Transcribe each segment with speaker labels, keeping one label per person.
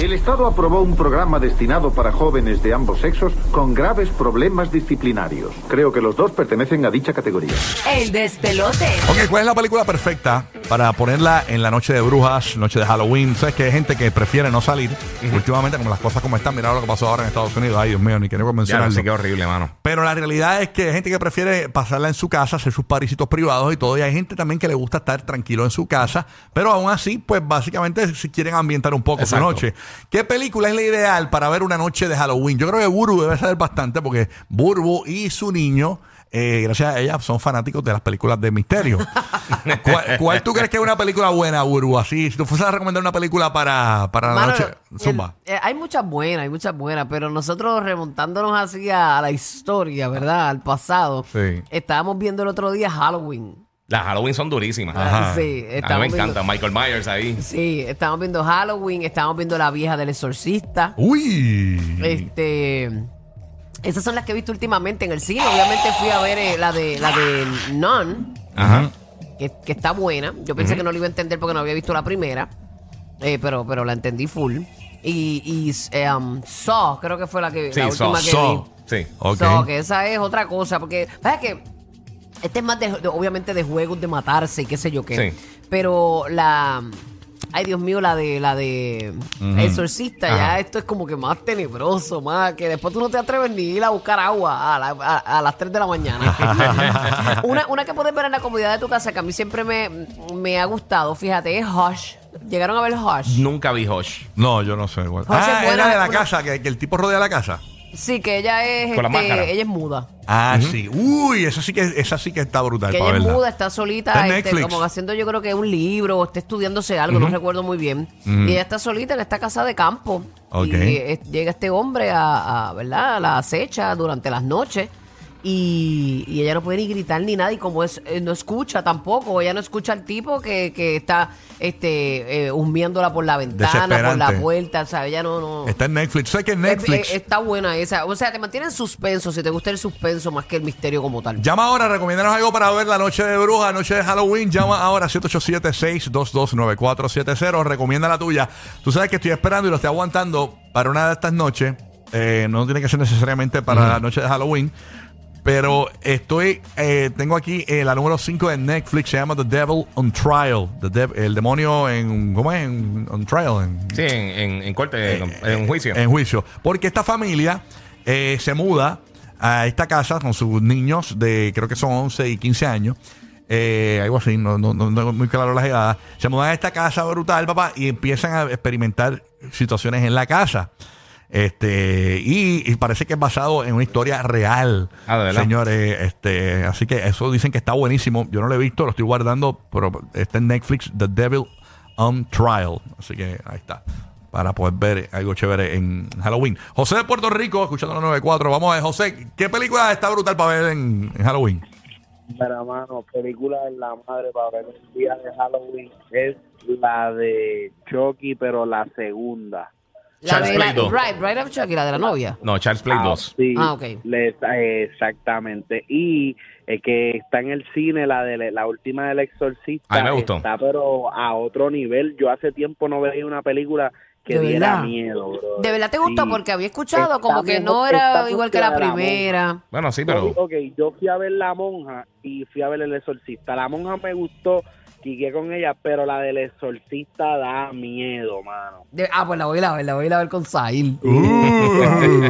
Speaker 1: El Estado aprobó un programa destinado para jóvenes de ambos sexos con graves problemas disciplinarios. Creo que los dos pertenecen a dicha categoría.
Speaker 2: El despelote.
Speaker 3: Ok, ¿cuál es la película perfecta para ponerla en la noche de brujas, noche de Halloween? Sabes que hay gente que prefiere no salir. Últimamente, como las cosas como están, mira lo que pasó ahora en Estados Unidos. Ay, Dios mío, ni queremos
Speaker 4: Ya no
Speaker 3: mencionarlo.
Speaker 4: sé qué horrible, mano.
Speaker 3: Pero la realidad es que hay gente que prefiere pasarla en su casa, hacer sus parisitos privados y todo. Y hay gente también que le gusta estar tranquilo en su casa. Pero aún así, pues básicamente si quieren ambientar un poco
Speaker 4: Exacto.
Speaker 3: su noche. ¿Qué película es la ideal para ver una noche de Halloween? Yo creo que Burbu debe saber bastante porque Burbu y su niño... eh, gracias a ella son fanáticos de las películas de misterio. ¿Cuál, cuál tú crees que es una película buena, Burbu? Así, si tú fueras a recomendar una película para, para la
Speaker 5: Mano,
Speaker 3: noche,
Speaker 5: el-
Speaker 3: zumba.
Speaker 5: eh, hay muchas buenas, hay muchas buenas, pero nosotros remontándonos hacia a la historia, ¿verdad? Al pasado.
Speaker 3: Sí.
Speaker 5: Estábamos viendo el otro día Halloween.
Speaker 4: Las Halloween son durísimas.
Speaker 3: Ajá.
Speaker 5: Ah, Sí,
Speaker 4: A mí
Speaker 5: estábamos
Speaker 4: me
Speaker 5: viendo-
Speaker 4: encanta. Michael Myers ahí.
Speaker 5: Sí, estábamos viendo Halloween, estábamos viendo La Vieja del Exorcista. Eh,
Speaker 3: Uy.
Speaker 5: Este. Esas son las que he visto últimamente en el cine. Obviamente fui a ver eh, la de la de Nun,
Speaker 3: Ajá.
Speaker 5: que, que está buena. Yo pensé que no lo iba a entender porque no había visto la primera. Eh, pero, pero la entendí full. Y, y eh, um, Saw, creo que fue la que
Speaker 4: Sí,
Speaker 5: la
Speaker 4: Saw,
Speaker 5: última que
Speaker 3: Saw.
Speaker 5: vi.
Speaker 4: Sí.
Speaker 3: Ok.
Speaker 5: So, que esa es otra cosa, porque, ¿sabes que Este es más, de, de- obviamente, de juegos, de matarse y qué sé yo qué.
Speaker 4: Sí.
Speaker 5: Pero la... Ay, Dios mío, la de la de Exorcista,
Speaker 4: Ajá.
Speaker 5: ya esto es como que más tenebroso, más que después tú no te atreves ni ir a buscar agua a, la- a- a las 3 de la mañana. una, una que puedes ver en la comodidad de tu casa que a mí siempre me, me ha gustado, fíjate, es Hush. ¿Llegaron a ver Hush?
Speaker 4: Nunca vi Hush.
Speaker 3: No, yo no sé. cuál.
Speaker 5: José,
Speaker 3: Ah,
Speaker 5: buena,
Speaker 3: era de la
Speaker 5: una-
Speaker 3: casa, que, que el tipo rodea la casa.
Speaker 5: Sí, que ella es...
Speaker 4: Con la
Speaker 5: este,
Speaker 4: máscara.
Speaker 5: ella es muda.
Speaker 3: Ah, sí. Uy, esa sí que, esa sí que está brutal.
Speaker 5: Que
Speaker 3: pa'
Speaker 5: ella es
Speaker 3: verla.
Speaker 5: muda, está solita,
Speaker 3: Está en
Speaker 5: este,
Speaker 3: Netflix.
Speaker 5: como haciendo yo creo que un libro, o está estudiándose algo, no recuerdo muy bien. Y ella está solita en esta casa de campo.
Speaker 3: Ok.
Speaker 5: Y eh, llega este hombre a, a, ¿verdad? La acecha durante las noches. Y, y ella no puede ni gritar ni nada y como es eh, no escucha tampoco ella no escucha al tipo que, que está este eh, humiéndola por la ventana por la
Speaker 3: Desesperante.
Speaker 5: puerta o sea ella no no
Speaker 3: Está en Netflix. Sé que en Netflix.
Speaker 5: Eh, eh, está buena esa o sea te mantiene en suspenso si te gusta el suspenso más que el misterio como tal
Speaker 3: Llama ahora, recomiéndanos algo para ver la noche de bruja, noche de Halloween. Llama ahora 787-622-9470. Recomienda la tuya. Tú sabes que estoy esperando y lo estoy aguantando para una de estas noches. Eh, no tiene que ser necesariamente para la noche de Halloween. Pero estoy, eh, tengo aquí eh, la número 5 de Netflix, se llama The Devil on Trial. The Dev- el demonio en, ¿cómo es? En- on trial. en-
Speaker 4: Sí, en, en- en corte, en, en juicio.
Speaker 3: Eh, en juicio. Porque esta familia eh, se muda a esta casa con sus niños de creo que son 11 y 15 años. eh, algo así, no, no, no, no tengo muy claro las edades. Se mudan a esta casa brutal, papá, y empiezan a experimentar situaciones en la casa. Este, y, y parece que es basado en una historia real.
Speaker 4: Ah, ¿de verdad?
Speaker 3: Señores, este, así que eso dicen que está buenísimo. Yo no lo he visto, lo estoy guardando, pero está en Netflix, The Devil on Trial. Así que ahí está. Para poder ver algo chévere en Halloween. José de Puerto Rico, escuchando la 94. Vamos a ver, José, ¿qué película está brutal para ver en, en Halloween?
Speaker 6: Mira, mano, película de la madre para ver el día de Halloween es la de Chucky, pero la segunda.
Speaker 5: La
Speaker 4: Charles
Speaker 5: de la,
Speaker 4: Play-Doh.
Speaker 5: right, right of Chucky, la de la novia.
Speaker 4: No, Charles Play
Speaker 6: Ah,
Speaker 4: 2.
Speaker 6: sí.
Speaker 5: Ah, ok.
Speaker 6: Le- eh, exactamente. Y eh, que está en el cine, la de la última del exorcista.
Speaker 4: Ay, me gustó.
Speaker 6: Está, pero a otro nivel. Yo hace tiempo no veía una película que
Speaker 5: ¿De
Speaker 6: diera
Speaker 5: verdad?
Speaker 6: miedo, brother.
Speaker 5: De verdad te gustó
Speaker 6: Sí.
Speaker 5: porque había escuchado
Speaker 6: Está
Speaker 5: como que
Speaker 6: mejor-
Speaker 5: no
Speaker 6: está
Speaker 5: era igual que la
Speaker 6: mejor que la de la
Speaker 5: primera.
Speaker 4: Bueno, sí, pero.
Speaker 6: Ok, yo fui a ver La Monja y fui a ver El Exorcista. La Monja me gustó, quigué con ella, pero la del Exorcista da miedo, mano.
Speaker 5: De- ah, pues la voy a ir a ver, la voy a ir a ver con Sahil.
Speaker 6: Te va a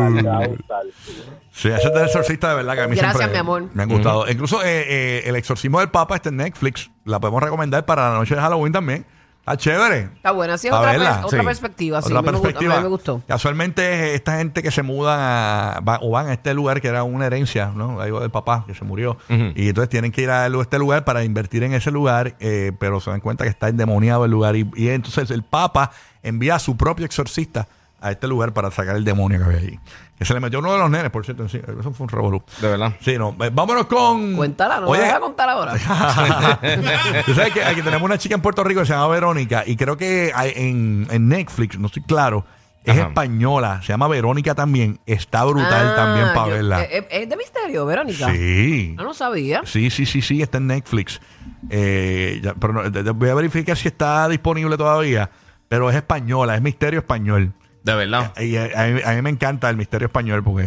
Speaker 6: gustar, te va a gustar.
Speaker 3: Sí, ese es del exorcista de verdad que a mí
Speaker 5: Gracias,
Speaker 3: siempre
Speaker 5: mi amor.
Speaker 3: me han gustado. Incluso eh, eh, el exorcismo del Papa está en Netflix. La podemos recomendar para la noche de Halloween también. Está chévere.
Speaker 5: Está buena, sí, es
Speaker 3: A
Speaker 5: otra,
Speaker 3: verla,
Speaker 5: pers- otra
Speaker 3: sí.
Speaker 5: perspectiva. Sí,
Speaker 3: Otra
Speaker 5: a mí me gustó-
Speaker 3: perspectiva.
Speaker 5: a mí me gustó.
Speaker 3: Casualmente, esta gente que se muda a- va- o van a este lugar que era una herencia, ¿no? Algo del papá que se murió.
Speaker 4: Ujú.
Speaker 3: Y entonces tienen que ir a lu- este lugar para invertir en ese lugar, eh, pero se dan cuenta que está endemoniado el lugar. Y, y entonces el papa envía a su propio exorcista a este lugar para sacar el demonio que había allí. Que se le metió uno de los nenes, por cierto. en sí. Eso fue un revolú.
Speaker 4: De verdad.
Speaker 3: Sí, no. Eh, Vámonos con.
Speaker 5: Cuéntala, no
Speaker 3: Oye,
Speaker 5: la vas a contar ahora.
Speaker 3: Tú sabes que aquí tenemos una chica en Puerto Rico que se llama Verónica y creo que hay en, en Netflix, no estoy claro, es
Speaker 4: Ajá.
Speaker 3: española, se llama Verónica también, está brutal
Speaker 5: Ah,
Speaker 3: también para
Speaker 5: yo-
Speaker 3: verla.
Speaker 5: eh, eh, Es de misterio, Verónica.
Speaker 3: sí.
Speaker 5: Yo no sabía.
Speaker 3: Sí, sí, sí, sí, está en Netflix. Eh, ya- pero no, de- de- voy a verificar si está disponible todavía, pero es española, es misterio español.
Speaker 4: De verdad.
Speaker 3: Y eh, a, mí, a mí me encanta el misterio español porque.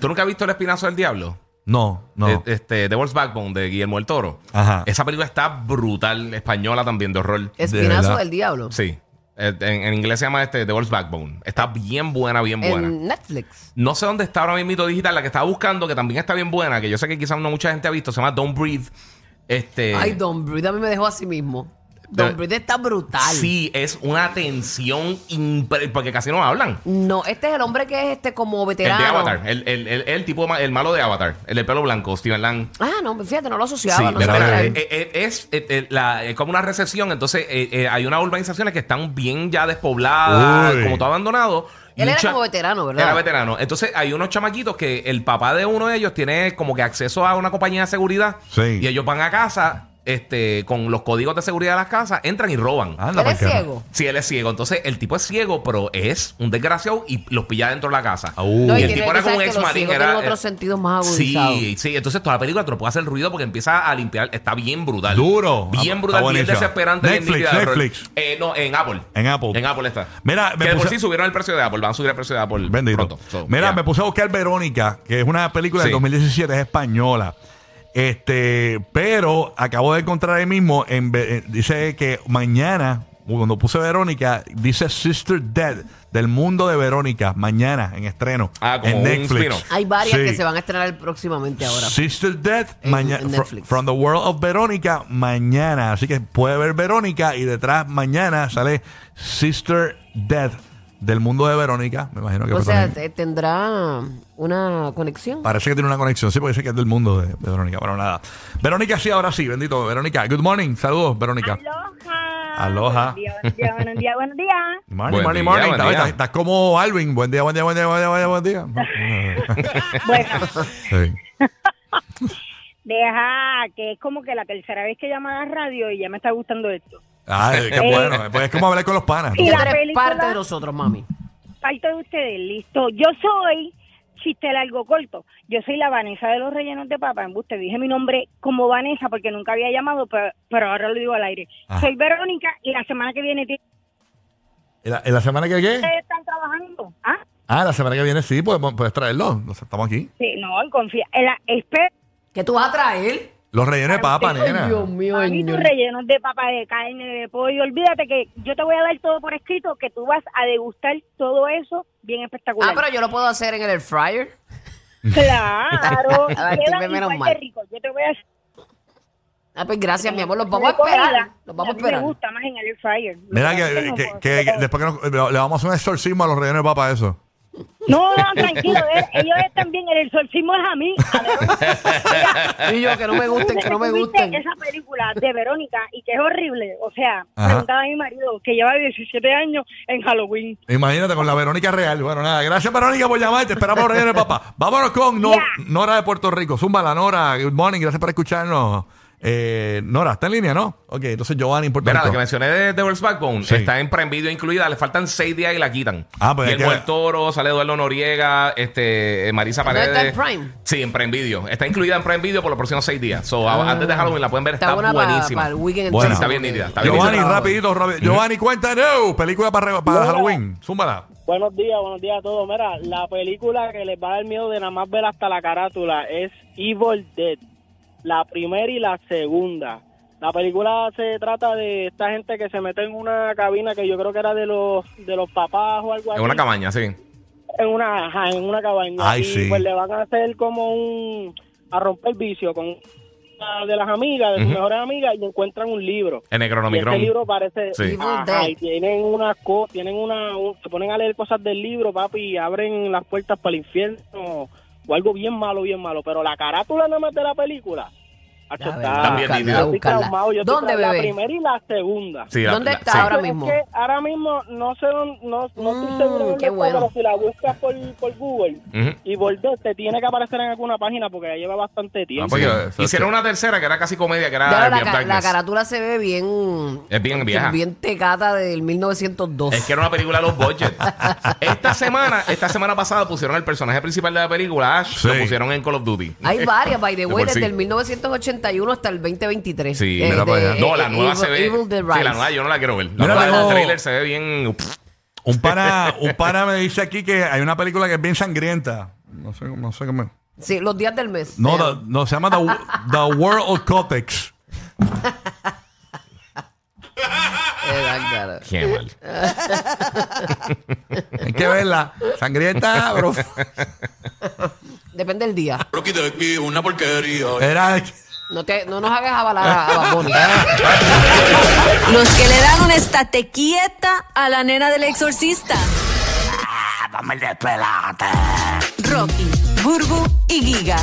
Speaker 4: ¿Tú nunca has visto El Espinazo del Diablo?
Speaker 3: No, no.
Speaker 4: Eh, Este, The World's Backbone de Guillermo del Toro.
Speaker 3: Ajá.
Speaker 4: Esa película está brutal, española también, de horror.
Speaker 5: Espinazo
Speaker 3: verdad.
Speaker 5: del diablo.
Speaker 4: Sí. Eh, En, en inglés se llama este The World's Backbone. Está bien buena, bien buena.
Speaker 5: En Netflix.
Speaker 4: No sé dónde está ahora mismo digital, la que estaba buscando, que también está bien buena, que yo sé que quizás no mucha gente ha visto, se llama Don't Breathe.
Speaker 3: Eh.
Speaker 4: Este,
Speaker 5: Ay, Don Breed a mí me dejó así mismo.
Speaker 4: De-
Speaker 5: Don Breed está brutal.
Speaker 4: Sí, es una tensión impre- porque casi no hablan.
Speaker 5: No, este es el hombre que es este como
Speaker 4: El de
Speaker 5: veterano.
Speaker 4: Avatar, el, el, el, el tipo, ma- el malo de Avatar, el de pelo blanco, Steven Lang.
Speaker 5: Ah, no, fíjate, no lo asociaba. no
Speaker 4: pero
Speaker 5: sabía que
Speaker 4: mira, eh,
Speaker 5: era él.
Speaker 4: eh, es, eh, eh, la- eh, como una recesión, entonces eh, eh, hay unas urbanizaciones que están bien ya despobladas,
Speaker 3: Uy.
Speaker 4: como todo abandonado.
Speaker 5: Él era
Speaker 4: Mucha-
Speaker 5: como veterano, ¿verdad?
Speaker 4: Era veterano. Entonces hay unos chamaquitos que el papá de uno de ellos tiene como que acceso a una compañía de seguridad
Speaker 3: Sí.
Speaker 4: y ellos van a casa este, con los códigos de seguridad de las casas, entran y roban.
Speaker 3: Anda,
Speaker 5: Él es
Speaker 3: pa'l carajo.
Speaker 5: ciego.
Speaker 4: Si él es ciego, entonces el tipo es ciego, pero es un desgraciado y los pilla dentro de la casa.
Speaker 3: Uh.
Speaker 5: No,
Speaker 4: y
Speaker 5: y
Speaker 4: el
Speaker 5: tiene
Speaker 4: tipo
Speaker 5: que
Speaker 4: era como
Speaker 5: saber
Speaker 4: un
Speaker 5: que
Speaker 4: ex
Speaker 5: los
Speaker 4: marín,
Speaker 5: ciegos
Speaker 4: era.
Speaker 5: tienen otros sentidos más agudizados.
Speaker 4: sí, sí, entonces toda la película te lo puede hacer ruido porque empieza a limpiar. Está bien brutal.
Speaker 3: Duro.
Speaker 4: Bien
Speaker 3: Ah,
Speaker 4: brutal,
Speaker 3: está
Speaker 4: bien
Speaker 3: buenísima.
Speaker 4: desesperante. bien
Speaker 3: Netflix,
Speaker 4: nítida de horror.
Speaker 3: Netflix.
Speaker 4: Eh, no, en Apple.
Speaker 3: En Apple.
Speaker 4: En Apple está.
Speaker 3: Mira, me
Speaker 4: que de por
Speaker 3: puse-
Speaker 4: sí subieron el precio de Apple. Van a subir el precio de Apple
Speaker 3: Bendito.
Speaker 4: pronto. So,
Speaker 3: Mira,
Speaker 4: yeah.
Speaker 3: me puse a buscar Verónica, que es una película
Speaker 4: Sí.
Speaker 3: del 2017, es española. Este, pero acabo de encontrar ahí mismo, en ve- eh, dice que mañana, cuando puse Verónica, dice Sister Dead, del mundo de Verónica, mañana en estreno.
Speaker 4: Ah, como
Speaker 3: en
Speaker 4: un
Speaker 3: Netflix.
Speaker 4: spin-off.
Speaker 5: Hay varias
Speaker 3: Sí.
Speaker 5: que se van a estrenar próximamente ahora.
Speaker 3: Sister Death
Speaker 5: En-
Speaker 3: maña-
Speaker 5: en
Speaker 3: fro-
Speaker 5: Netflix.
Speaker 3: From the World of Verónica mañana. Así que puede ver Verónica y detrás mañana sale Sister Death del mundo de Verónica. Me imagino que
Speaker 5: O
Speaker 3: fue
Speaker 5: sea,
Speaker 3: también.
Speaker 5: te- tendrá una conexión.
Speaker 3: Parece que tiene una conexión, sí, porque dice que es del mundo de, de Verónica, pero nada. Verónica sí, ahora sí, bendito. Verónica, good morning, saludos, Verónica.
Speaker 2: Aloha.
Speaker 3: Aloha.
Speaker 2: Buenos días, buenos días, buenos días, buenos días.
Speaker 3: Morning,
Speaker 4: Buen
Speaker 3: morning,
Speaker 4: día,
Speaker 3: morning.
Speaker 4: buen
Speaker 3: Estás-
Speaker 4: día.
Speaker 3: Estás estás como Alvin. Buen día, buen día, buen día, buen día, buen día. Buen día.
Speaker 2: Bueno,
Speaker 3: Sí.
Speaker 2: deja que es como que la tercera vez que llamo a la radio y ya me está gustando esto.
Speaker 3: Ah, qué bueno. Pues es como hablar con los panas.
Speaker 2: Y
Speaker 5: Tú
Speaker 2: la
Speaker 5: eres
Speaker 2: película-
Speaker 5: parte de nosotros, mami.
Speaker 2: Parte de ustedes, listo. Yo soy, chiste largo, corto, yo soy la Vanessa de los rellenos de papa. Embuste, dije mi nombre como Vanessa porque nunca había llamado, pero, pero ahora lo digo al aire.
Speaker 3: Ajá.
Speaker 2: Soy Verónica y la semana que viene tiene-
Speaker 3: ¿En la, en la semana que viene?
Speaker 2: ustedes están trabajando. ¿Ah?
Speaker 3: Ah, la semana que viene sí, podemos, puedes traerlo. Nos- Estamos aquí.
Speaker 2: Sí, no, confía. En la, espera.
Speaker 5: ¿Qué tú vas a traer?
Speaker 3: Los rellenos de papa,
Speaker 5: Ay,
Speaker 3: nena.
Speaker 5: Dios mío,
Speaker 2: Para mí tus
Speaker 5: señor.
Speaker 2: rellenos de papa, de carne, de pollo. Olvídate que yo te voy a dar todo por escrito, que tú vas a degustar todo eso bien
Speaker 5: Ah,
Speaker 2: espectacular.
Speaker 5: pero yo lo puedo hacer en el air fryer.
Speaker 2: Claro,
Speaker 5: A ver,
Speaker 2: queda
Speaker 5: dime menos
Speaker 2: igual
Speaker 5: mal.
Speaker 2: de rico. Yo te voy a hacer
Speaker 5: Ah, pues gracias, mi amor. Los vamos a
Speaker 2: una
Speaker 5: esperar.
Speaker 2: comida.
Speaker 5: Los vamos a
Speaker 2: mí
Speaker 5: esperar.
Speaker 2: Me gusta más en el air fryer.
Speaker 3: Mira
Speaker 2: Lo
Speaker 3: que,
Speaker 2: no
Speaker 3: que-
Speaker 2: puedo
Speaker 3: que-
Speaker 2: hacer
Speaker 3: que
Speaker 2: todo.
Speaker 3: después que nos- le le vamos a hacer un exorcismo a los rellenos de papa, eso.
Speaker 2: No, no, tranquilo, eh, ellos están bien, el exorcismo es a mí. A Verónica.
Speaker 5: Y yo, que no me gusten,
Speaker 2: Tú
Speaker 5: que no me
Speaker 2: tuviste
Speaker 5: gusten.
Speaker 2: Esa película de Verónica y que es horrible, o sea,
Speaker 3: Ajá.
Speaker 2: preguntaba a mi marido que lleva 17 años en Halloween.
Speaker 3: Imagínate con la Verónica Real. Bueno, nada, gracias Verónica por llamarte. Esperamos los rellenos de papa. Vámonos con No-
Speaker 2: Yeah.
Speaker 3: Nora de Puerto Rico. Zumba la Nora. Good morning, gracias por escucharnos. Eh, Nora, ¿está en línea, no? Ok, entonces Giovanni en Puerto
Speaker 4: Mira, la que
Speaker 3: Rico.
Speaker 4: mencioné de The World's Backbone
Speaker 3: Sí.
Speaker 4: está en Prime Video incluida. Le faltan seis días y la quitan.
Speaker 3: Ah, pues hay
Speaker 4: Guillermo
Speaker 3: que-
Speaker 4: del Toro, sale Eduardo Noriega, este, eh, Marisa
Speaker 5: ¿No está
Speaker 4: Paredes.
Speaker 5: en Prime?
Speaker 4: Sí, en Prime Video. Está incluida en Prime Video por los próximos seis días. So, a-
Speaker 5: Ah.
Speaker 4: antes de Halloween la pueden ver. Está,
Speaker 5: buena pa-
Speaker 4: buenísima.
Speaker 5: para el weekend. entonces,
Speaker 3: Buena. Está
Speaker 4: bien
Speaker 5: porque-
Speaker 4: nítida, está bien
Speaker 3: Giovanni,
Speaker 4: nítida.
Speaker 3: rapidito, rápido. Giovanni, cuéntanos. Película para, re- para
Speaker 6: Nora.
Speaker 3: Halloween. Zúmbala.
Speaker 6: Buenos días, buenos días a todos. Mira, la película que les va a dar miedo de nada más ver hasta la carátula es Evil Dead, la primera y la segunda. La película se trata de esta gente que se mete en una cabina que yo creo que era de los de los papás o algo así.
Speaker 4: En una cabaña, sí.
Speaker 6: En una, ajá, en una cabaña.
Speaker 3: Ay,
Speaker 6: y
Speaker 3: sí.
Speaker 6: pues le van a hacer como un... a romper vicio con una de las amigas, de sus
Speaker 4: Ujú.
Speaker 6: mejores amigas, y encuentran un libro.
Speaker 4: En
Speaker 6: Y este
Speaker 4: Necronomicron.
Speaker 6: libro parece...
Speaker 4: Sí.
Speaker 5: Evil
Speaker 6: Ajá,
Speaker 5: Dead.
Speaker 6: y tienen una, co- tienen una, un- se ponen a leer cosas del libro, papi, y abren las puertas para el infierno o algo bien malo, bien malo. Pero la carátula nada más de la película. hacho,
Speaker 5: Ya,
Speaker 6: está-
Speaker 4: También
Speaker 5: buscarla,
Speaker 4: nítida.
Speaker 6: estoy
Speaker 5: buscarla.
Speaker 6: traumado, yo estoy
Speaker 5: ¿Dónde,
Speaker 6: tra- la
Speaker 5: bebé?
Speaker 6: primera y la segunda.
Speaker 4: Sí, la-
Speaker 5: ¿Dónde
Speaker 4: la-
Speaker 5: está
Speaker 4: sí.
Speaker 5: ahora
Speaker 6: Pero es
Speaker 5: mismo?
Speaker 6: que ahora mismo no sé, dónde- no, no estoy
Speaker 5: Mm,
Speaker 6: seguro de dónde
Speaker 5: qué
Speaker 6: está,
Speaker 5: bueno.
Speaker 6: pero si la buscas por, por Google
Speaker 4: Ujú.
Speaker 6: y volvés, te tiene que aparecer en alguna página porque ya lleva bastante
Speaker 4: Ah,
Speaker 6: tiempo.
Speaker 4: pues,
Speaker 3: Sí,
Speaker 4: eh,
Speaker 3: eso
Speaker 4: Hicieron
Speaker 3: es-
Speaker 4: una tercera que era casi comedia, que era
Speaker 5: Ya,
Speaker 4: Army
Speaker 5: la,
Speaker 4: of
Speaker 5: ca- la
Speaker 4: Darkness.
Speaker 5: carátula se ve bien.
Speaker 4: Es bien vieja.
Speaker 5: Bien tecata del 1902.
Speaker 4: Es que era una película de los budget. esta semana, esta semana pasada pusieron el personaje principal de la película, Ash,
Speaker 3: Sí.
Speaker 4: lo pusieron en Call of Duty.
Speaker 5: Hay varias, by the
Speaker 4: De
Speaker 5: way,
Speaker 4: por sí.
Speaker 5: desde el 1981 hasta el 2023.
Speaker 4: Sí,
Speaker 5: Eh, de-
Speaker 3: mira para allá.
Speaker 5: eh,
Speaker 4: no, la nueva
Speaker 5: Evil-
Speaker 4: se ve.
Speaker 5: Evil Dead
Speaker 4: sí, la
Speaker 5: Rise.
Speaker 4: nueva yo no la quiero ver. La
Speaker 3: Mira,
Speaker 4: nueva
Speaker 3: tengo-
Speaker 4: el trailer se ve bien.
Speaker 3: Un pana, un pana me dice aquí que hay una película que es bien sangrienta. No sé, no sé cómo.
Speaker 5: Sí, los días del mes. Eh,
Speaker 3: No,
Speaker 5: Se llama.
Speaker 3: the- no se llama The, The World of Cotex.
Speaker 5: Eh, da, claro.
Speaker 4: Qué mal.
Speaker 3: Hay que verla. Sangrienta, bro.
Speaker 5: Depende del día.
Speaker 7: Rocky de aquí, una porquería.
Speaker 3: Era.
Speaker 5: No, te, no nos hagas avalar a, a Bad Bunny.
Speaker 8: Los que le dan una estate quieta a la nena del exorcista. Rocky, Burbu y Giga.